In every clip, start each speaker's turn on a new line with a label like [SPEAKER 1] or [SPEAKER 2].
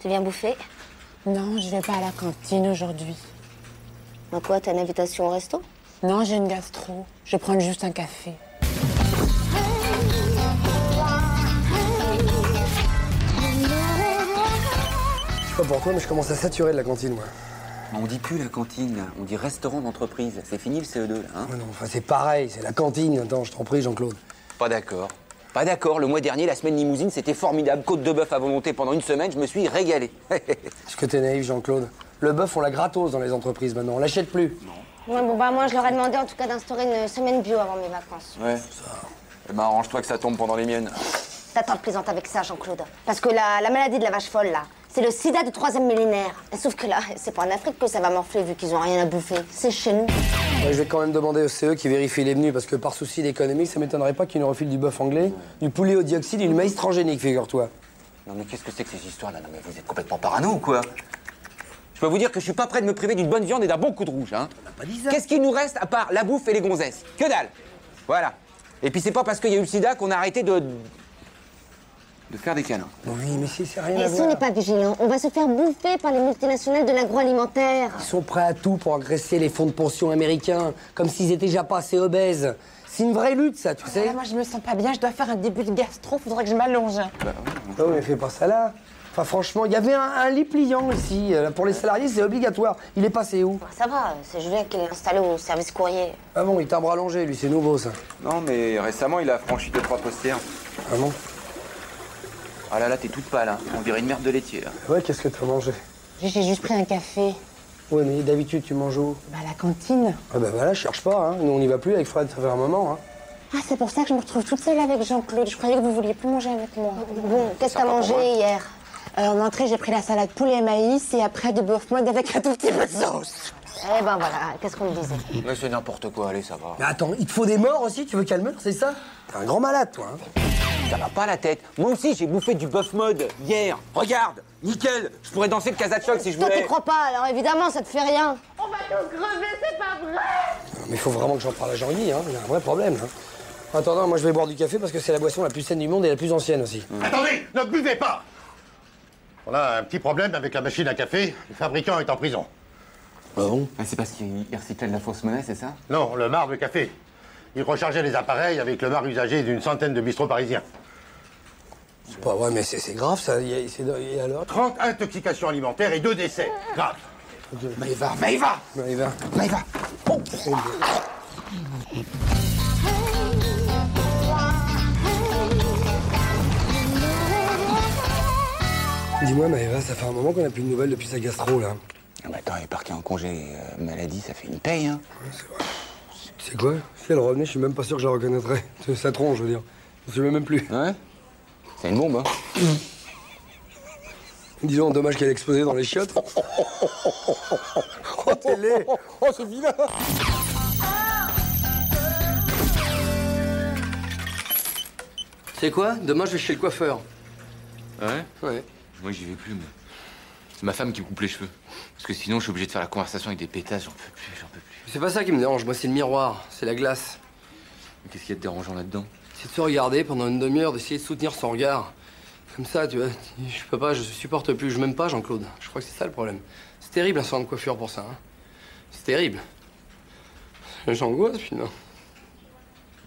[SPEAKER 1] Tu viens bouffer
[SPEAKER 2] Non, je vais pas à la cantine aujourd'hui.
[SPEAKER 1] Bah quoi, t'as une invitation au resto
[SPEAKER 2] Non, j'ai une gastro. Je vais prendre juste un café.
[SPEAKER 3] Je sais pas pour toi, mais je commence à saturer de la cantine, moi.
[SPEAKER 4] On dit plus la cantine, là. on dit restaurant d'entreprise. C'est fini le CE2, là. Hein
[SPEAKER 3] Ouais, non, enfin, c'est pareil, c'est la cantine. Attends, je t'en prie, Jean-Claude.
[SPEAKER 4] pas d'accord. Pas d'accord. Le mois dernier, la semaine limousine, c'était formidable. Côte de bœuf à volonté pendant une semaine, je me suis régalé.
[SPEAKER 3] Est-ce que t'es naïf, Jean-Claude Le bœuf, on l'a gratos dans les entreprises maintenant, on l'achète plus.
[SPEAKER 1] Ouais, bon bah moi je leur ai demandé en tout cas d'instaurer une semaine bio avant mes vacances.
[SPEAKER 4] ouais. Eh ben, arrange-toi que ça tombe pendant les miennes.
[SPEAKER 1] T'attends de plaisanter avec ça, Jean-Claude. Parce que la, la maladie de la vache folle, là, c'est le sida du troisième millénaire. Et sauf que là, c'est pas en Afrique que ça va morfler vu qu'ils ont rien à bouffer. C'est chez nous.
[SPEAKER 3] Ouais, je vais quand même demander au CE qui vérifie les menus, parce que par souci d'économie, ça m'étonnerait pas qu'il nous refile du bœuf anglais, du poulet au dioxyde et du maïs transgénique, figure-toi.
[SPEAKER 4] Non, mais qu'est-ce que c'est que ces histoires-là Non, mais vous êtes complètement parano ou quoi Je peux vous dire que je suis pas prêt de me priver d'une bonne viande et d'un bon coup de rouge, hein. Qu'est-ce qu'il nous reste à part la bouffe et les gonzesses Que dalle Voilà. Et puis, c'est pas parce qu'il y a eu le sida qu'on a arrêté de. de faire des câlins.
[SPEAKER 3] Oui, mais si, c'est rien
[SPEAKER 1] Et
[SPEAKER 3] à
[SPEAKER 1] si on n'est
[SPEAKER 3] voir.
[SPEAKER 1] pas vigilant, on va se faire bouffer par les multinationales de l'agroalimentaire.
[SPEAKER 3] Ils sont prêts à tout pour agresser les fonds de pension américains, comme s'ils étaient déjà pas assez obèses. C'est une vraie lutte, ça, tu sais.
[SPEAKER 2] Là, moi, je me sens pas bien. Je dois faire un début de gastro. Faudrait que je m'allonge.
[SPEAKER 3] Non, mais fais pas ça là. Enfin, franchement, il y avait un, un lit pliant ici. Euh, Pour les salariés, c'est obligatoire. Il est passé où
[SPEAKER 1] Ah, Ça va, c'est Julien qui est installé au service courrier.
[SPEAKER 3] Ah bon, il t'a rallongé, lui, c'est nouveau ça.
[SPEAKER 4] Non, mais récemment, il a franchi deux, trois posters.
[SPEAKER 3] Ah bon
[SPEAKER 4] Ah là là, t'es toute pâle, hein. On dirait une merde de laitier, là.
[SPEAKER 3] Ouais, qu'est-ce que t'as mangé
[SPEAKER 2] J'ai juste pris un café.
[SPEAKER 3] Ouais, mais d'habitude, tu manges où
[SPEAKER 2] Bah, à la cantine.
[SPEAKER 3] Ah bah voilà, cherche pas, hein. Nous, on n'y va plus avec Fred, ça fait un moment, hein.
[SPEAKER 2] Ah, c'est pour ça que je me retrouve toute seule avec Jean-Claude. Je croyais que vous vouliez plus manger avec moi.
[SPEAKER 1] Bon, qu'est-ce que t'as
[SPEAKER 4] Ça va pour
[SPEAKER 1] mangé
[SPEAKER 4] moi.
[SPEAKER 1] hier
[SPEAKER 2] Euh, en entrée, j'ai pris la salade poulet et maïs et après du bœuf moide avec un tout petit peu de sauce.
[SPEAKER 1] Eh ben voilà, qu'est-ce qu'on disait
[SPEAKER 4] Mais Mm. c'est n'importe quoi, allez, ça va.
[SPEAKER 3] Mais attends, il te faut des morts aussi, tu veux calmer, c'est ça T'es un grand malade, toi, hein.
[SPEAKER 4] Ça va pas la tête. Moi aussi, j'ai bouffé du bœuf mode hier. Regarde, nickel. Je pourrais danser le casa de choc si je
[SPEAKER 1] Toi, t'y
[SPEAKER 4] voulais.
[SPEAKER 1] crois pas, alors évidemment, ça te fait rien.
[SPEAKER 3] Mais faut vraiment que j'en parle à Jean-Guy, hein. Il y a un vrai problème, hein. En attendant, moi, je vais boire du café parce que c'est la boisson la plus saine du monde et la plus ancienne aussi.
[SPEAKER 5] Attendez, ne buvez pas On a un petit problème avec la machine à café. Le fabricant est en prison.
[SPEAKER 4] Ah, c'est parce qu'il recyclait de la fausse monnaie, c'est ça
[SPEAKER 5] Non, le marc de café. Il rechargeait les appareils avec le marc usagé d'une centaine de bistrots parisiens.
[SPEAKER 3] C'est pas vrai, Bah mais c'est c'est grave, ça. Il y a- c'est- Et alors
[SPEAKER 5] 30 intoxications alimentaires et deux décès. Grave.
[SPEAKER 3] Maïva,
[SPEAKER 4] Maïva
[SPEAKER 3] Maïva.
[SPEAKER 4] Maïva
[SPEAKER 3] Dis-moi, Maëva, ça fait un moment qu'on n'a plus de nouvelles depuis sa gastro, là.
[SPEAKER 4] Ah, bah attends, il est parti en congé euh, maladie, ça fait une paye, hein.
[SPEAKER 3] C'est quoi Si elle revenait, je suis même pas sûr que je la reconnaîtrais. C'est sa tronche, je veux dire. Je me souviens même plus.
[SPEAKER 4] Ouais C'est une bombe, hein.
[SPEAKER 3] Disons, dommage qu'elle est exposée dans les chiottes. oh, t'es laid Oh, c'est vilain C'est quoi Demain, je vais chez le coiffeur.
[SPEAKER 6] Ouais
[SPEAKER 3] Ouais.
[SPEAKER 6] Moi j'y vais plus, moi. C'est ma femme qui me coupe les cheveux. Parce que sinon je suis obligé de faire la conversation avec des pétasses, j'en peux plus, j'en peux plus.
[SPEAKER 3] C'est pas ça qui me dérange, moi, c'est le miroir, c'est la glace.
[SPEAKER 6] Mais qu'est-ce qu'il y a de dérangeant là-dedans
[SPEAKER 3] C'est de se regarder pendant une demi-heure, d'essayer de soutenir son regard. Comme ça, tu vois, je peux pas, je supporte plus, je m'aime pas Jean-Claude. Je crois que c'est ça le problème. C'est terrible un salon de coiffure pour ça. hein. C'est terrible. J'angoisse, putain.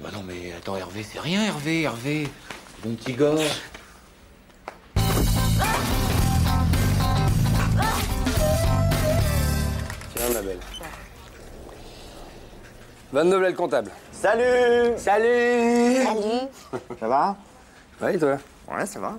[SPEAKER 6] Bah non mais attends Hervé, c'est rien Hervé, Hervé Bon petit gars
[SPEAKER 3] Tiens, ma belle. 22 blés le comptable.
[SPEAKER 4] Salut Salut
[SPEAKER 1] Salut.
[SPEAKER 4] Ça va
[SPEAKER 3] Ouais, et toi
[SPEAKER 4] Ouais, ça va.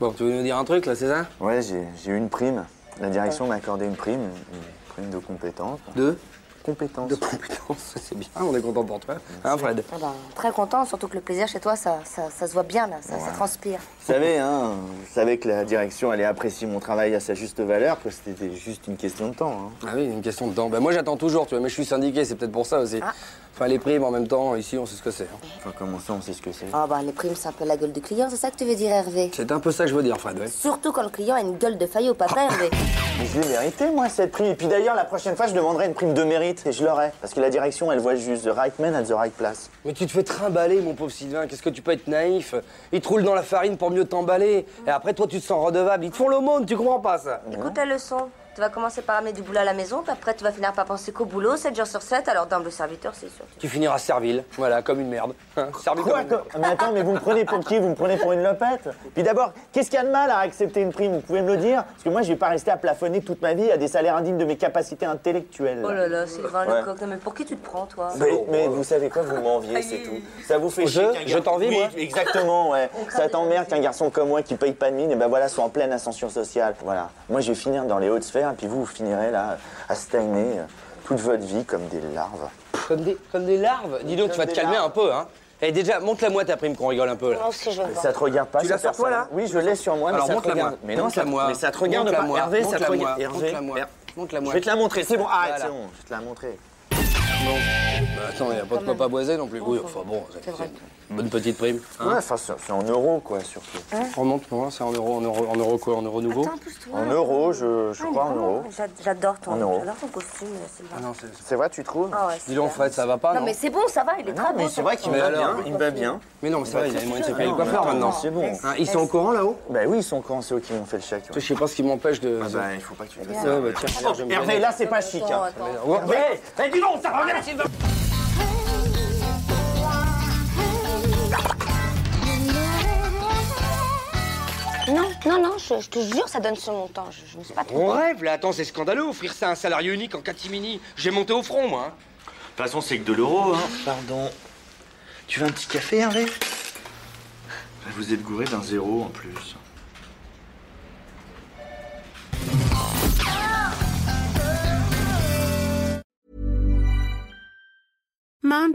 [SPEAKER 3] Bon, tu veux nous dire un truc là, c'est ça
[SPEAKER 4] Ouais, j'ai eu une prime. La direction m'a accordé une prime, une prime de compétence.
[SPEAKER 3] Deux
[SPEAKER 4] compétence.
[SPEAKER 3] De compétences, c'est bien, Ah, on est content pour toi. Hein, Fred
[SPEAKER 1] Ah ben, très content, surtout que le plaisir chez toi, ça, ça, ça se voit bien là, ça, ça transpire.
[SPEAKER 7] Vous savez, hein, vous savez que la direction allait apprécier mon travail à sa juste valeur, que c'était juste une question de temps. hein.
[SPEAKER 3] Ah oui, une question de temps. Ben, moi, j'attends toujours, tu vois, mais je suis syndiqué, c'est peut-être pour ça aussi. Enfin, les primes en même temps, ici, on sait ce que c'est. hein.
[SPEAKER 7] Enfin, comment ça, on sait ce que c'est
[SPEAKER 1] Ah ben, les primes, c'est un peu la gueule du client, c'est ça que tu veux dire, Hervé
[SPEAKER 3] C'est un peu ça que je veux dire, Fred, ouais.
[SPEAKER 1] Surtout quand le client a une gueule de faillot, pas vrai, Hervé
[SPEAKER 7] Mais je l'ai mérité, moi, cette prime. Et puis d'ailleurs, la prochaine fois, je demanderai une prime de mérite, et je l'aurai. Parce que la direction, elle voit juste the right man at the right place.
[SPEAKER 3] Mais tu te fais trimballer, mon pauvre Sylvain. Qu'est-ce que tu peux être naïf Ils te roulent dans la farine pour mieux t'emballer. Et après, toi, tu te sens redevable. Ils te font l'aumône, tu comprends pas ça
[SPEAKER 1] Écoute la leçon. Tu vas commencer par amener du boulot à la maison, puis après tu vas finir par penser qu'au boulot, 7 jours sur 7, alors d'humble serviteur, c'est sûr.
[SPEAKER 3] Tu finiras servile, voilà, comme une merde. Hein, servile
[SPEAKER 7] Quoi
[SPEAKER 3] comme une merde.
[SPEAKER 7] que- Mais attends, mais vous me prenez pour qui Vous me prenez pour une lopette Puis d'abord, qu'est-ce qu'il y a de mal à accepter une prime Vous pouvez me le dire Parce que moi, je vais pas rester à plafonner toute ma vie à des salaires indignes de mes capacités intellectuelles.
[SPEAKER 1] Oh là là, Sylvain
[SPEAKER 7] Ouais.
[SPEAKER 1] Lecoq, non mais pour qui tu te prends, toi
[SPEAKER 7] Mais, mais vous savez quoi, vous m'enviez, c'est tout. Ça vous fait
[SPEAKER 3] Je-
[SPEAKER 7] chier qu'un
[SPEAKER 3] je
[SPEAKER 7] gar-
[SPEAKER 3] t'envie,
[SPEAKER 7] Oui,
[SPEAKER 3] moi
[SPEAKER 7] exactement, ouais.
[SPEAKER 1] craint
[SPEAKER 7] Ça t'emmerde qu'un garçon comme moi qui paye pas de mine, et ben voilà, soit en pleine ascension sociale. Voilà. Moi, je vais finir dans les hautes sphères, et puis vous, vous finirez là, à stagner euh, toute votre vie comme des larves.
[SPEAKER 3] Comme des, comme des larves. Dis donc, tu vas te
[SPEAKER 7] des
[SPEAKER 3] calmer
[SPEAKER 7] larves.
[SPEAKER 3] un peu, hein. Et déjà, montre-la-moi ta prime qu'on rigole un peu, là.
[SPEAKER 1] Moi aussi, je veux
[SPEAKER 7] Ça te regarde pas,
[SPEAKER 3] Tu
[SPEAKER 7] cette
[SPEAKER 3] l'as sur toi,
[SPEAKER 7] personne.
[SPEAKER 3] là
[SPEAKER 7] Oui, je l'ai sur moi,
[SPEAKER 3] Alors,
[SPEAKER 7] mais ça te
[SPEAKER 3] montre-la-moi.
[SPEAKER 7] regarde. Mais non, ça,
[SPEAKER 3] Montre-la-moi.
[SPEAKER 7] mais ça te regarde
[SPEAKER 3] Montre-la
[SPEAKER 7] pas.
[SPEAKER 3] moi.
[SPEAKER 7] Hervé, ça te
[SPEAKER 3] Montre-la-moi.
[SPEAKER 7] regarde. Hervé,
[SPEAKER 3] Montre-la-moi.
[SPEAKER 7] Her-
[SPEAKER 3] Montre-la-moi.
[SPEAKER 7] Je vais te la montrer, c'est bon. Arrête,
[SPEAKER 3] Voilà.
[SPEAKER 7] c'est bon, je vais te la montrer.
[SPEAKER 3] Bah, attends, il n'y a pas de quoi pas boiser non plus. Oui, enfin bon, c'est une bonne petite prime. hein.
[SPEAKER 7] Ouais, enfin, c'est c'est en euros, quoi, surtout.
[SPEAKER 3] Remonte-moi, c'est en euros, en euros, en euros quoi, en euros nouveau
[SPEAKER 7] En euros, je,
[SPEAKER 1] Ah,
[SPEAKER 7] je crois en euros.
[SPEAKER 1] J'adore
[SPEAKER 7] En
[SPEAKER 1] ton,
[SPEAKER 7] euro.
[SPEAKER 1] j'adore ton costume, Sylvain.
[SPEAKER 3] Ah non, c'est... c'est-
[SPEAKER 7] C'est vrai, tu trouves
[SPEAKER 1] Ah ouais,
[SPEAKER 3] Dis donc,
[SPEAKER 1] super.
[SPEAKER 3] Fred, ça va pas, non,
[SPEAKER 1] Non mais c'est bon, ça va, il est
[SPEAKER 7] Ah Non,
[SPEAKER 1] très
[SPEAKER 7] mais
[SPEAKER 1] beau.
[SPEAKER 7] c'est
[SPEAKER 1] ton
[SPEAKER 7] vrai qu'il me
[SPEAKER 3] Mais
[SPEAKER 7] va
[SPEAKER 3] alors
[SPEAKER 7] bien, il me va bien.
[SPEAKER 3] Mais non, mais ça va, il y a les moyens de se payer le coiffeur,
[SPEAKER 7] mais attends,
[SPEAKER 3] maintenant.
[SPEAKER 7] c'est bon.
[SPEAKER 3] Hein, ils sont au courant, là-haut
[SPEAKER 7] Bah oui, ils sont quand c'est eux qui m'ont fait le chèque.
[SPEAKER 3] Je sais pas ce qui m'empêche de...
[SPEAKER 7] Ah bah, il faut pas que tu fasses
[SPEAKER 3] Ouais,
[SPEAKER 7] ça.
[SPEAKER 3] bah, tiens, regarde, je vais me
[SPEAKER 7] Hervé,
[SPEAKER 3] galer.
[SPEAKER 7] là, c'est pas chic.
[SPEAKER 1] Attends,
[SPEAKER 7] hein.
[SPEAKER 1] attends.
[SPEAKER 3] Ouais.
[SPEAKER 7] Hervé,
[SPEAKER 1] Non, non, non, je, je te jure, ça donne ce montant. Je, je me suis pas trompée.
[SPEAKER 3] On rêve, là, attends, c'est scandaleux, offrir ça à un salarié unique en catimini. J'ai monté au front, moi. hein.
[SPEAKER 8] De toute façon, c'est que de l'euro, hein.
[SPEAKER 7] Pardon. Tu veux un petit café, Hervé
[SPEAKER 8] Vous êtes gouré d'un zéro en plus.
[SPEAKER 9] Mom